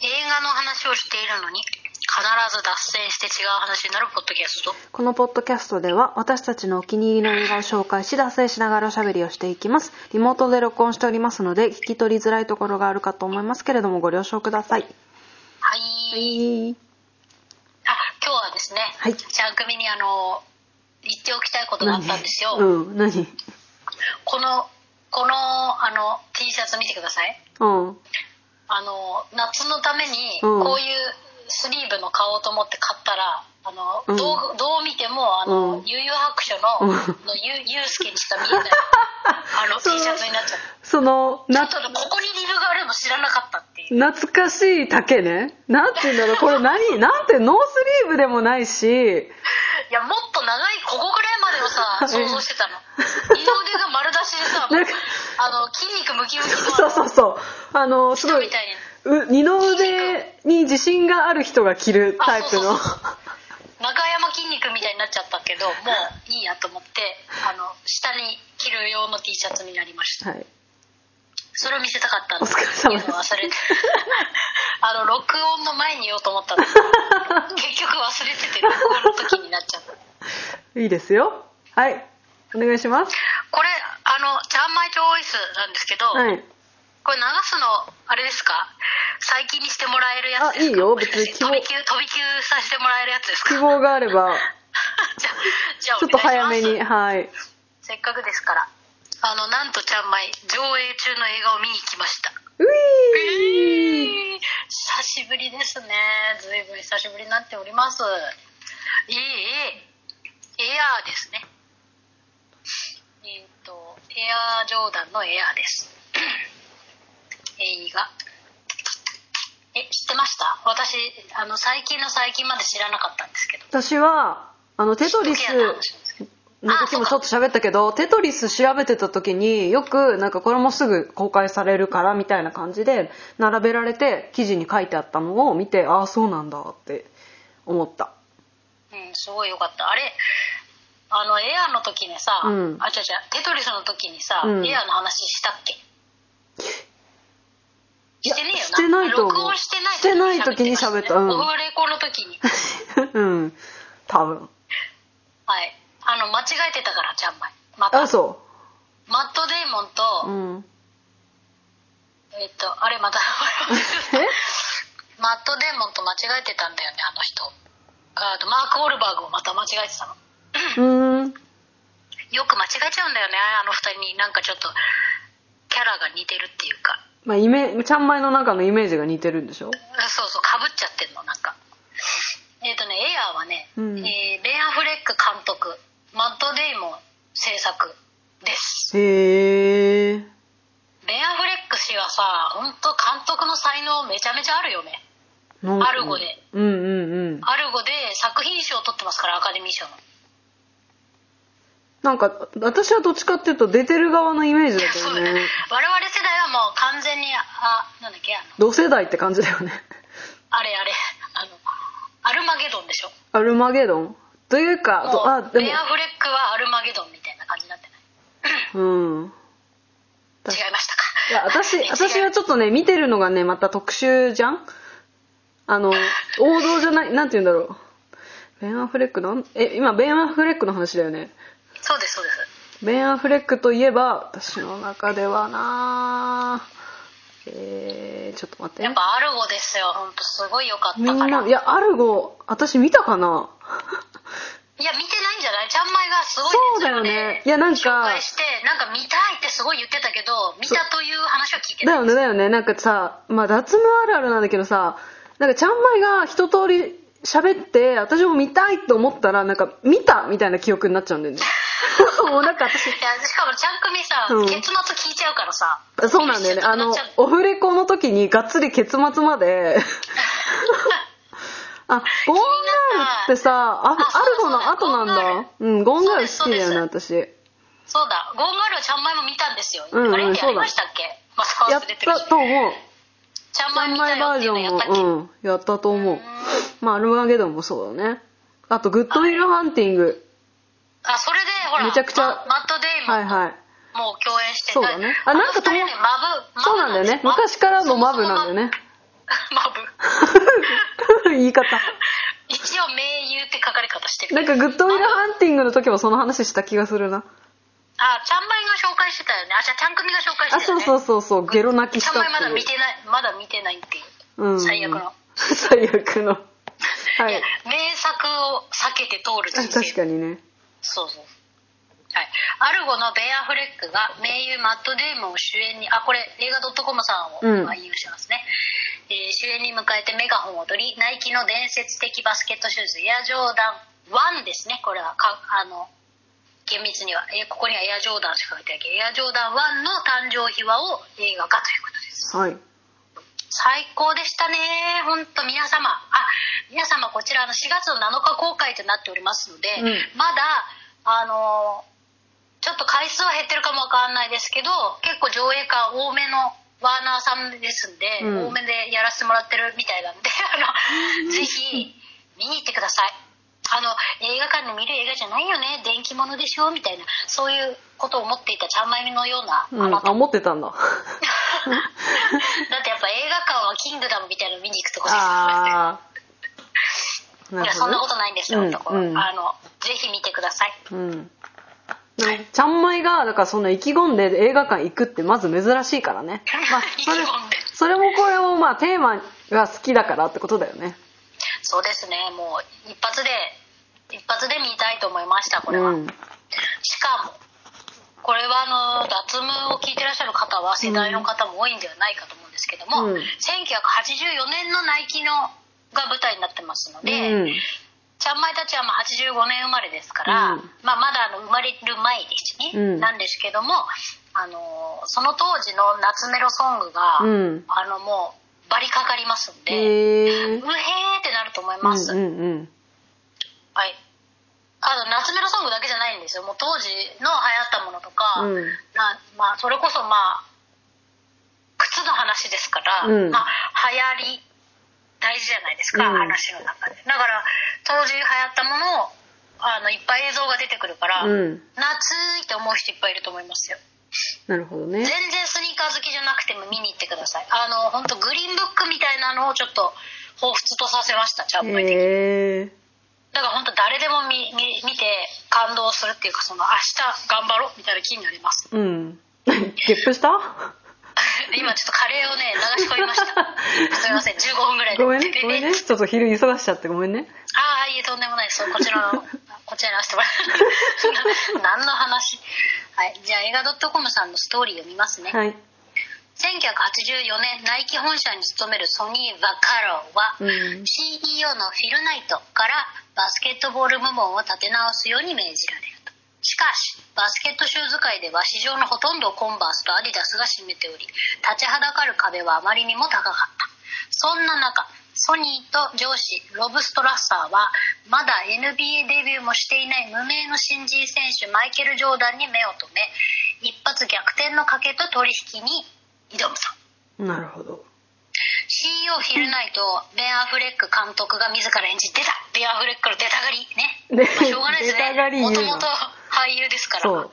画の話をしているのに必ず脱線して違う話になるポッドキャストこのポッドキャストでは私たちのお気に入りの映画を紹介し脱線しながらおしゃべりをしていきますリモートで録音しておりますので聞き取りづらいところがあるかと思いますけれどもご了承くださいはい、いあ今日はですね、はいちゃん組にあの言っておきたいことがあったんですよ、うん何このこのあの T シャツ見てくださいうんあの夏のためにうんこういうスリーブの買おうと思って買ったらあの、うんどうどう見てもあの、うん悠々白書の,、うんのゆゆうすけにしか見えないあの T そうシャツになっちゃったそのなちょっとここに理由があるの知らなかったっていう懐かしい丈ねなんて言うんだろうこれ何なんてノースリーブでもないしいやもっと長いここぐらいまでをさ想像してた の二の腕が丸出しでさなんかあの筋肉ムキムキのそうそうそうあのす人ごいみたいにう二の腕に自信がある人が着るタイプのあそうそう中山筋肉みたいになっちゃったけどもういいやと思ってあの下に着る用の T シャツになりましたはいそれを見せたかったんおです疲れ様ですっていうのを忘 れてあの録音の前に言おうと思 ったんだけど結局忘れてて録音の時になっちゃったいいですよはいお願いしますこれあのジャンマイチョイスなんですけど、はいこれ流すのあれですか最近にしてもらえるやつですかあいいよ別に希飛望び級飛び級させてもらえるやつです希か望があれば じゃあじゃあちょっとお願いしま早すめにはいせっかくですからあのなんとちゃんまい上映中の映画を見に来ましたういー久しぶりですねずいぶん久しぶりになっておりますいいエアーですねえっ、とエアージョーダンのエアーです映画え知ってました私あの最近の最近まで知らなかったんですけど私はあのテトリス時計の話なんですけどの時もちょっと喋ったけどテトリス調べてた時によくなんかこれもすぐ公開されるからみたいな感じで並べられて記事に書いてあったのを見てああそうなんだって思った うん、すごいよかったあれあのエアの時にさ、うんあ違う違うテトリスの時にさ、うんエアの話したっけやしてねえよなしてないと思う録音してないしてない時に喋ったオうんフレコの時 にうん多分はいあの間違えてたからちゃんまいまたあそマット・デイモンうと、うんえっとあれまた えマット・デイモンと間違えてたんだよねあの人あとマーク・ウォルバーグもまた間違えてたのうーんよく間違えちゃうんだよねあの二人になんかちょっとキャラが似てるっていうかまあイメちゃんまいの中のイメージが似てるんでしょあそうそうかぶっちゃってんのなんかえっ、とねエアーはね、うんえーベン・アフレック監督マット・デイモン制作ですへえベン・アフレック氏はさ本当監督の才能めちゃめちゃあるよねアルゴでうんうんうんアルゴで作品賞を取ってますからアカデミー賞のなんか私はどっちかっていうと出てる側のイメージだけそどうだね我ね々世代はもう完全にあなんだっけあの同世代って感じだよね あれあれあのアルマゲドンでしょアルマゲドンというかもとあうでベン・アフレックはアルマゲドンみたいな感じになってないもうんだ違いましたかいや 私私はちょっとね見てるのがねまた特殊じゃんあの王道じゃないなんて言うんだろうベン・アフレックなんえ今ベン・アフレックの話だよねそうですそうですベン・アフレックといえば私の中ではなえー、ちょっと待ってやっぱアルゴですよ本当すごい良かったみんからないやアルゴ私見たかないや見てないんじゃないちゃんまいがすごいそう熱だ量よでねいやなん紹か介してなんか見たいってすごい言ってたけど見たという話は聞いてだないよねだよねなんかさまあ脱毛あるあるなんだけどさなんかちゃんまいが一通り喋って私も見たいと思ったらなんか見たみたいな記憶になっちゃうんだ よねもうなんか私いやしかもちゃん組さ、うん結末聞いちゃうからさそうなんだよねあのちょっとオフレコの時にがっつり結末まで あゴンガールってさああそうだアルゴの後なんそうだだうんゴンガール好きだよねそう私そうだゴーンガールはちゃんまいも見たんですよ、うんうんあれってやそうりだましたっけまあやっ忘れてるたしと思うちゃんまい三見た枚よバっーていジうのやョったっけ、ンもうんやったと思うまあアルマゲドンもそうだねあとグッドウィルハンティングあそれでほらめちゃくちゃママット・デイモンはいはいもう共演してそうだねあなんかととねもマブそうなんだよね昔からのマブなんだよねねマブ 言い方。一応盟友って書かれ方してるなんかグッドウィルハンティングの時もその話した気がするな。あちゃんまいが紹介してたよねあじゃあちゃん組が紹介してたあ、よそうねそうそうそう、ゲロ泣きちしゃんたっまていまだいう見てないまだ見てないっていう、うん最悪の、最悪 の。はいやい。名作を避けて通る人生確かにね。そうそうはい、アルゴのベアフレックが盟友マット・デイモンを主演にあこれ映画 .com さんをうんまあ引用してますね、えー主演に迎えてメガホンを取りナイキの伝説的バスケットシューズエアジョーダン1ですねこれはかあの厳密には、えーここにはエアジョーダンしか書いてないけどエアジョーダン1の誕生秘話を映画化ということですはい。最高でしたね本当皆様あ皆様こちらあの4月の7日公開となっておりますので、うんまだあのーちょっと回数は減ってるかもわかんないですけど結構上映感多めのワーナーさんですんで、うん多めでやらせてもらってるみたいなんで あのぜひ見に行ってくださいあの映画館で見る映画じゃないよね電気物でしょみたいなそういうことを思っていたちゃんまゆみのようなうあん。なたあ、持って たんだ。だってやっぱ映画館はキングダムみたいなの見に行くとこですからああ。いやそんなことないんですよ、うん男はうんあのぜひ見てくださいうん。ちゃんまいが、だからその意気込んで映画館行くってまず珍しいからね。まあ、それ 意気込んで、それもこれもまあテーマが好きだからってことだよね。そうですねもう一発で一発で見たいと思いましたこれは、うん。しかもこれはあの脱毛を聞いてらっしゃる方は世代の方も多いんではないかと思うんですけども、うん1984年のナイキのが舞台になってますので、うん。ちゃんまいたちはまあ85年生まれですから、うんまあ、まだあの生まれる前ですね、うんなんですけどもあのその当時の夏メロソングが、うんあのもうバリかかりますんで、へえう。へーってなると思いうます、んうんはいあの夏メロソングだけじゃないんですよもう当時の流行ったものとか、うんなまあ、それこそまあ靴の話ですから、うんまあ、流行り大事じゃないですか、うん話の中でだから当時流行ったものをあのいっぱい映像が出てくるから、うん。うん。夏いって思う人いっぱいいると思いますよなるほど全ね。然スニーカー好きじゃなくても見に行ってくださいあの本当グリーンブックみたいなのをちょっと彷彿とさせましたちゃんと的にへえ。だから本当誰でも見見見て感動するっていうかその明日頑張ろうみたいな気になります うん。ゲップした今ちょっとカレーをね流し込みました すいません15分ぐらいでごめんね。ごめんね。ちょっと昼忙しちゃってごめんね。ああいえとんでもないですこち らのこちらに合わせてもらう 何の話はいじゃあ映画 .com さんのストーリー読みますね、はい。 1984年ナイキ本社に勤めるソニー・バカローは、うん CEO のフィルナイトからバスケットボール部門を立て直すように命じられるとしかしバスケットシューズ界では市場のほとんどをコンバースとアディダスが占めており立ちはだかる壁はあまりにも高かったそんな中ソニーと上司ロブストラッサーはまだ NBA デビューもしていない無名の新人選手マイケル・ジョーダンに目を留め一発逆転の賭けと取引に挑むさなるほど。 CEO フィルナイトをベン・アフレック監督が自ら演じ出たベン・アフレックの出たがりね、ねまあしょうがないです出たがりね言もうともなと俳優ですからそう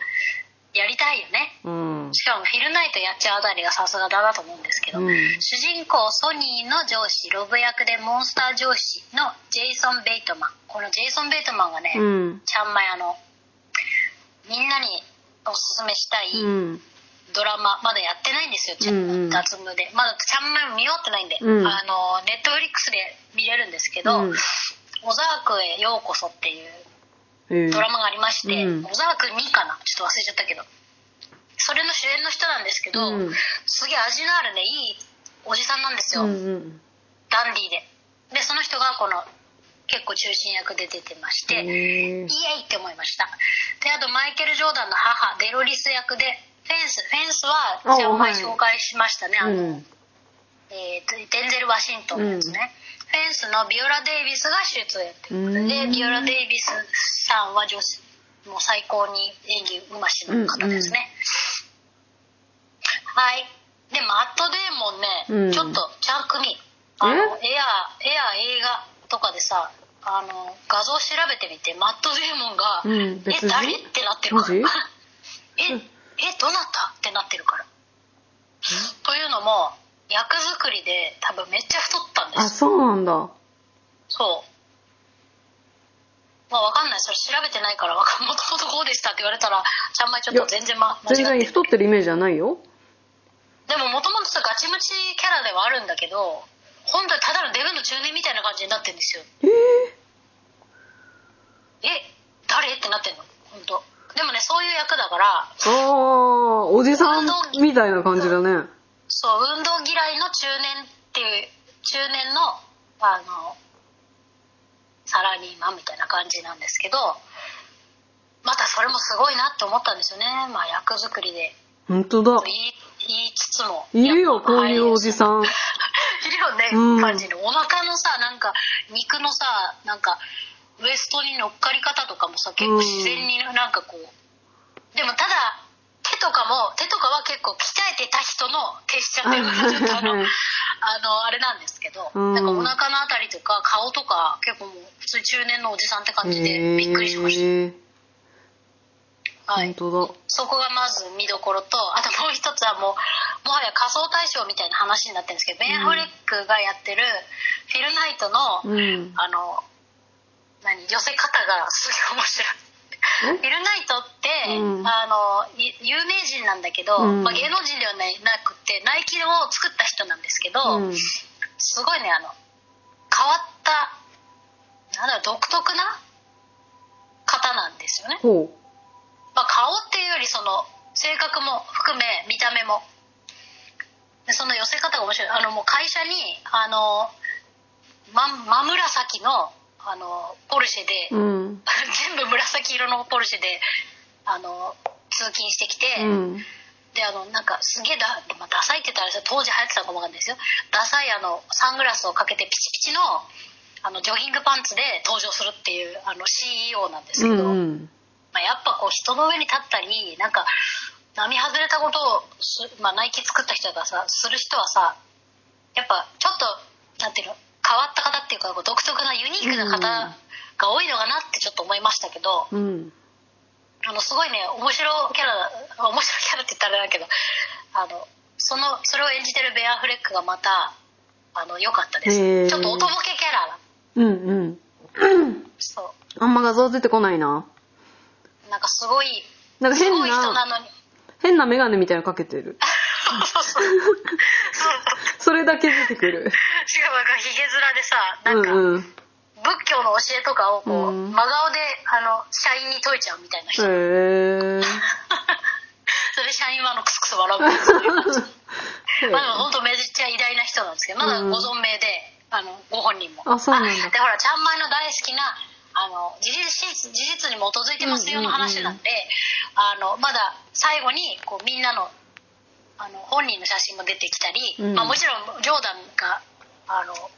やりたいよねうん。しかもフィルナイトやっちゃうあたりがさすがだなと思うんですけど、うん主人公ソニーの上司ロブ役でモンスター上司のジェイソン・ベイトマンこのジェイソン・ベイトマンがね、うん。ちゃんまやのみんなにおすすめしたい、うん。ドラマまだやってないんですよちゃうんんうん脱毛でまだちゃんまん見終わってないんで、うんあのネットフリックスで見れるんですけど「うん小沢区へようこそ」っていうええドラマがありまして、うん小沢区2かなちょっと忘れちゃったけどそれの主演の人なんですけど、うんすげえ味のあるねいいおじさんなんですよ、うんうん。ダンディーででその人がこの結構中心役で出てまして、へえイエイって思いましたであとマイケル・ジョーダンの母デロリス役でフェンスフェンスはちゃんまい紹介しましたねあうの、ん。えーとデンゼル・ワシントンのやつね、フェンスのビオラ・デイビスが出演ということうでんビオラ・デイビスさんは女子もう最高に演技うましの方ですね、はいでマット・デーモンね、うんちょっとちゃん組あのエえアエア映画とかでさあの画像調べてみてマット・デーモンが「うん別え人誰?」ってなってるからマジ え、えどなたってなってるからというのも役作りで多分めっちゃ太ったんであすそうなんだそうまあわかんないそれ調べてないからわかんもともとこうでしたって言われたらちゃんまいちょっと全然、ま、間違全然ってる太ってるイメージじゃないよでももともとさガチムチキャラではあるんだけど本当にただのデブの中年みたいな感じになってるんですよええ誰ってなってんの本当でもねそういう役だからー、あーおじさんみたいな感じだねそう運動嫌いの中年っていう中年のあのサラリーマンみたいな感じなんですけどまたそれもすごいなって思ったんですよねまあ役作りで本当だ言い言いつつもいるよこういうおじんさん いるよね、うん感じのお腹のさなんか肉のさなんかウエストに乗っかり方とかもさ結構自然になんかこう、でもただ手とかも手とかは結構鍛えてた人の手しちゃってるからちょっとあのはいあのあれなんですけど、うんなんかお腹のあたりとか顔とか結構もう普通に中年のおじさんって感じでびっくりしました、えー、は本い当だそこがまず見どころとあと もう一つはもうもはや仮想大賞みたいな話になってるんですけど、ベン・アフレックがやってるフィルナイトの、うんあの何寄せ方がすごい面 白い。フィルナイトって、うんあのい有名人なんだけど、うんまあ、芸能人ではないなくてナイキを作った人なんですけど、うんすごいねあの変わったなんだろう独特な方なんですよねほまあ、顔っていうよりその性格も含め見た目もでその寄せ方が面白いあのもう会社にあの、ま、真紫のあのポルシェで、ううん全部紫色のポルシェであの通勤してきて、うんであのなんかすげえだ、まあダサいって言ったらあれですよ当時流行ってたかもわかんないですよダサいあのサングラスをかけてピチピチのあのジョギングパンツで登場するっていうあの CEO なんですけうど。んうんまあ、やっぱこう人の上に立ったりなんか並外れたことをす、まあ、ナイキ作った人がさする人はさやっぱちょっとなんていうの変わった方っていうかこう独特なユニークな方が多いのかなってちょっと思いましたけど、うんあのすごいね面白キャラ面白キャラって言ったらあれだけどあのそのそれを演じてるベアフレックがまたあの良かったでへすーちょっとおとぼけキャラうんうんそあんま画像出てこないなうなんかすごいなんかす変ごい人なのなに変なメガネみたいなのかけてるそうそうそうそれだけ出てくるしかもなんかひげ面でさなんかうんうん仏教の教えとかをこう、うん真顔であの社員に解いちゃうみたいな人、へえそれで社員はあのクスクス 笑うみたいなそういう 感じへーまあでも本当めっちゃ偉大な人なんですけどまだうんご存命で、あのご本人もあそうなんだ あでほらちゃんまいの大好きなあの事実事実に基づいてますよの話なんで、あのまだ最後にこうみんなのあの本人の写真も出てきたり、うんまあ、もちろんジョーダンがあの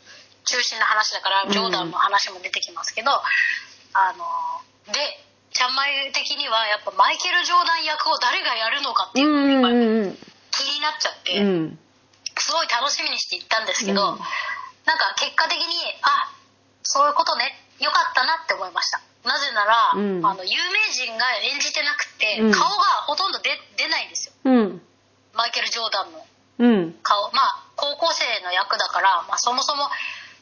中心の話だからジョーダンの話も出てきますけど、あのでちゃんまい的にはやっぱマイケル・ジョーダン役を誰がやるのかってういんううのんがやっぱうんうん気になっちゃって、うんすごい楽しみにして行ったんですけど、うんなんか結果的にあそういうことねよかったなって思いましたなぜなら、うんあの有名人が演じてなくて、うん顔がほとんど出出ないんですようんマイケル・ジョーダンのうん顔まあ高校生の役だから、まあ、そもそも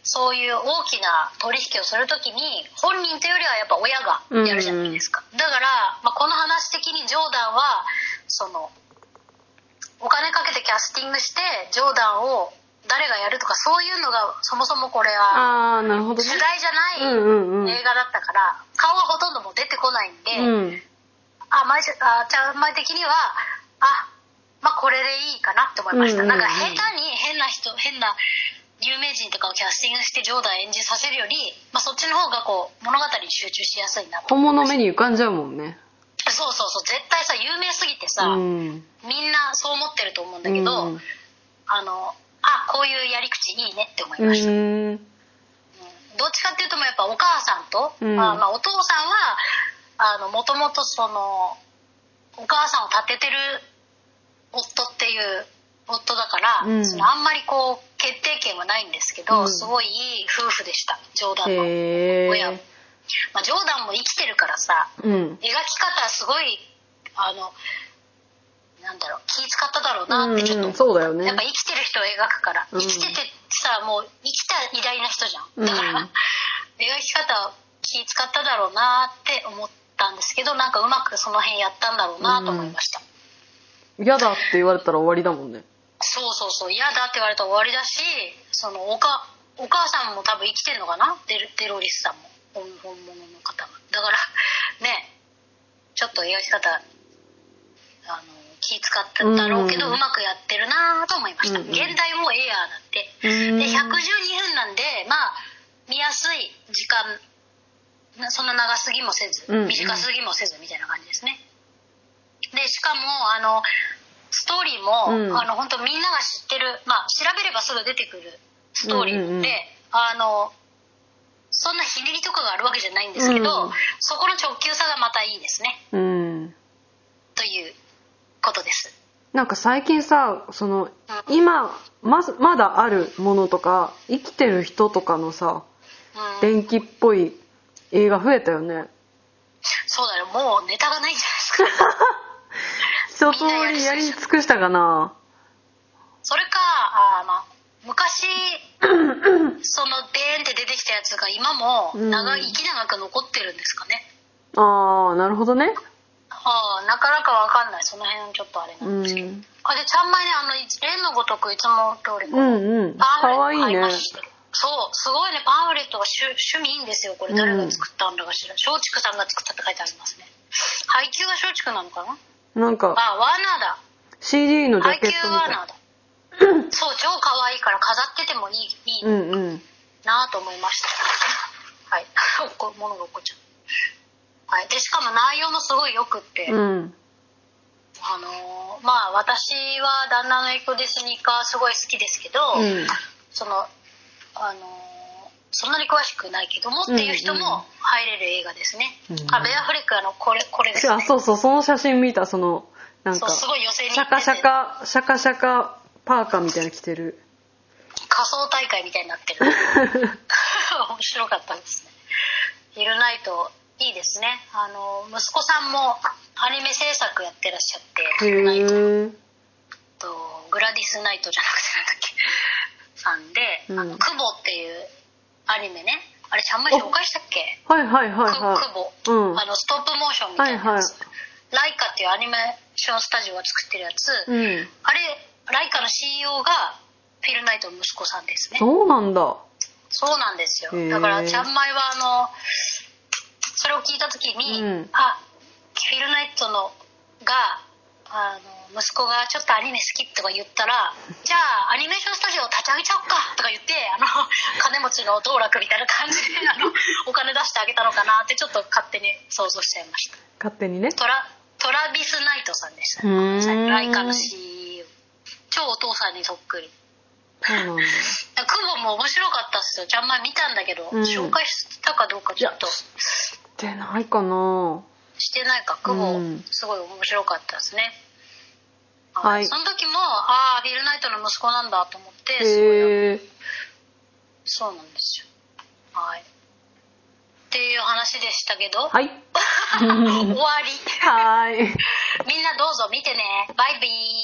そういう大きな取引をするときに本人というよりはやっぱ親がやるじゃないですか、だから、まあ、この話的にジョーダンはそのお金かけてキャスティングしてジョーダンを誰がやるとかそういうのがそもそもこれはあーなるほどね主題じゃなうんうんうんい映画だったから顔はほとんどもう出てこないんで、うんあ、まじ、あ、ちゃんまい的には、あ、まあ、これでいいかなって思いました。うんうんうんなんか、下手に変な人、変な有名人とかをキャスティングして、ジョーダン演じさせるより、まあ、そっちの方がこう、物語に集中しやすいなと。本物目に浮かんじゃうもんねそうそうそう、絶対さ、有名すぎてさ、うんみんなそう思ってると思うんだけうど、んあの、あ、こういうやり口いいねって思いうました。んどっちかっていうともうやっぱお母さんと、うんまあ、まあお父さんはあのもともとそのお母さんを立ててる夫っていう夫だから、うんそのあんまりこう決定権はないんですけど、うんすごいいい夫婦でした冗談の、へ親えも、まあ、冗談も生きてるからさうん描き方はすごいあのなんだろう気使っただろうなってちょっと、うんそうだよねやっぱ生きてる人を描くから、うん生きててさもう生きた偉大な人じゃうんんだから、描き方気使っただろうなって思ったんですけどなんかうまくその辺やったんだろうなと思いました、嫌だって言われたら終わりだもんねそうそうそう嫌だって言われたら終わりだしそのおかお母さんも多分生きてるのかなデルデロリスさんも本本物の方がだからねちょっと描き方あの気使ったんだろうけど、ううんまくやってるなと思いました、うんうん現代もエアーだって、うんで112分なんでまあ見やすい時間なそんな長すぎもせずうんうん短すぎもせずみたいな感じですね、でしかもあのストーリーも、うんあの本当みんなが知ってる、まあ、調べればすぐ出てくるストーリーで、うんうんうんあのそんなひねりとかがあるわけじゃないんですけど、うんそこの直球さがまたいいですねうんということですなんか最近さそのうん今まずまだあるものとか生きてる人とかのさうん、電気っぽい映画増えたよねそうだよもうネタがないんじゃないですか一通りやり尽くしたかなそれかあー、まあ、 昔そのデーンって出てきたやつが今も長いうん生き長く残ってるんですかねあーなるほどねああなかなかわかんないその辺ちょっとあれうなんんですけど、あでちゃんまいねあの例のごとくいつも通りうの、んうんパかンわフいレットい買いねましたそうすごいねパンフレットが趣趣味いいんですよこれ誰が作ったんだか知らない松竹さんが作ったって書いてありますね配給が松竹なのかななんかあワーナーだ CD のジャ配ケ給ットみワーたいナーだそう超可愛いから飾っててもいいいいうんうんなぁと思いました。 はい。こ物が起こっちゃう。はい。で、しかも内容もすごい良くって、うんあのーまあ私は旦那の影響でスニーカーすごい好きですけど、うんその、あのーそんなに詳しくないけどもっていう人うんうんうんも入れる映画ですね。うんあ、ベアフレックあの、これ、これです、ね。あそうそうその写真見たそのなんそかう、すごい寄せにシャカシャカシャカシャカパーカーみたいなの着てる仮想大会みたいになって る面白かったですね「昼ナイト」いいですねあの息子さんもアニメ制作やってらっしゃって「へ昼ナイトえとグラディス・ナイト」じゃなくてなんだっけさんで「うんあのクボ」っていうアニメねあれちゃんまり紹介したっけはいはいはいククはボ、いうんあのストップモーションみたいなやつ、はいライカっていうアニメーションスタジオが作ってるやつ、うんあれライカの CEO がフィルナイトの息子さんですねそうなんだそうなんですよへーだからちゃんまいはあのそれを聞いた時に、うんあフィルナイトのがあの息子がちょっとアニメ好きとか言った ら「じゃあアニメーションスタジオ立ち上げちゃおうか」とか言ってあの 金持ちの道楽みたいな感じであのお金出してあげたのかなってちょっと勝手に想像しちゃいました勝手にねトラトラビス・ナイトさんでしたうーんごめんなさいライカの CEO 超お父さんにそっくりそうなんだクボも面白かったっすよ。じゃあんまり見たんだけど、うん紹介したかどうかちょっといや出ないかなしてないか。クボ、うんすごい面白かったですね。はいその時も、ああ、ビルナイトの息子なんだと思って、すごいへえそうなんですよ。はい。っていう話でしたけど、はい終わり。はーい みんなどうぞ見てね。バイビー。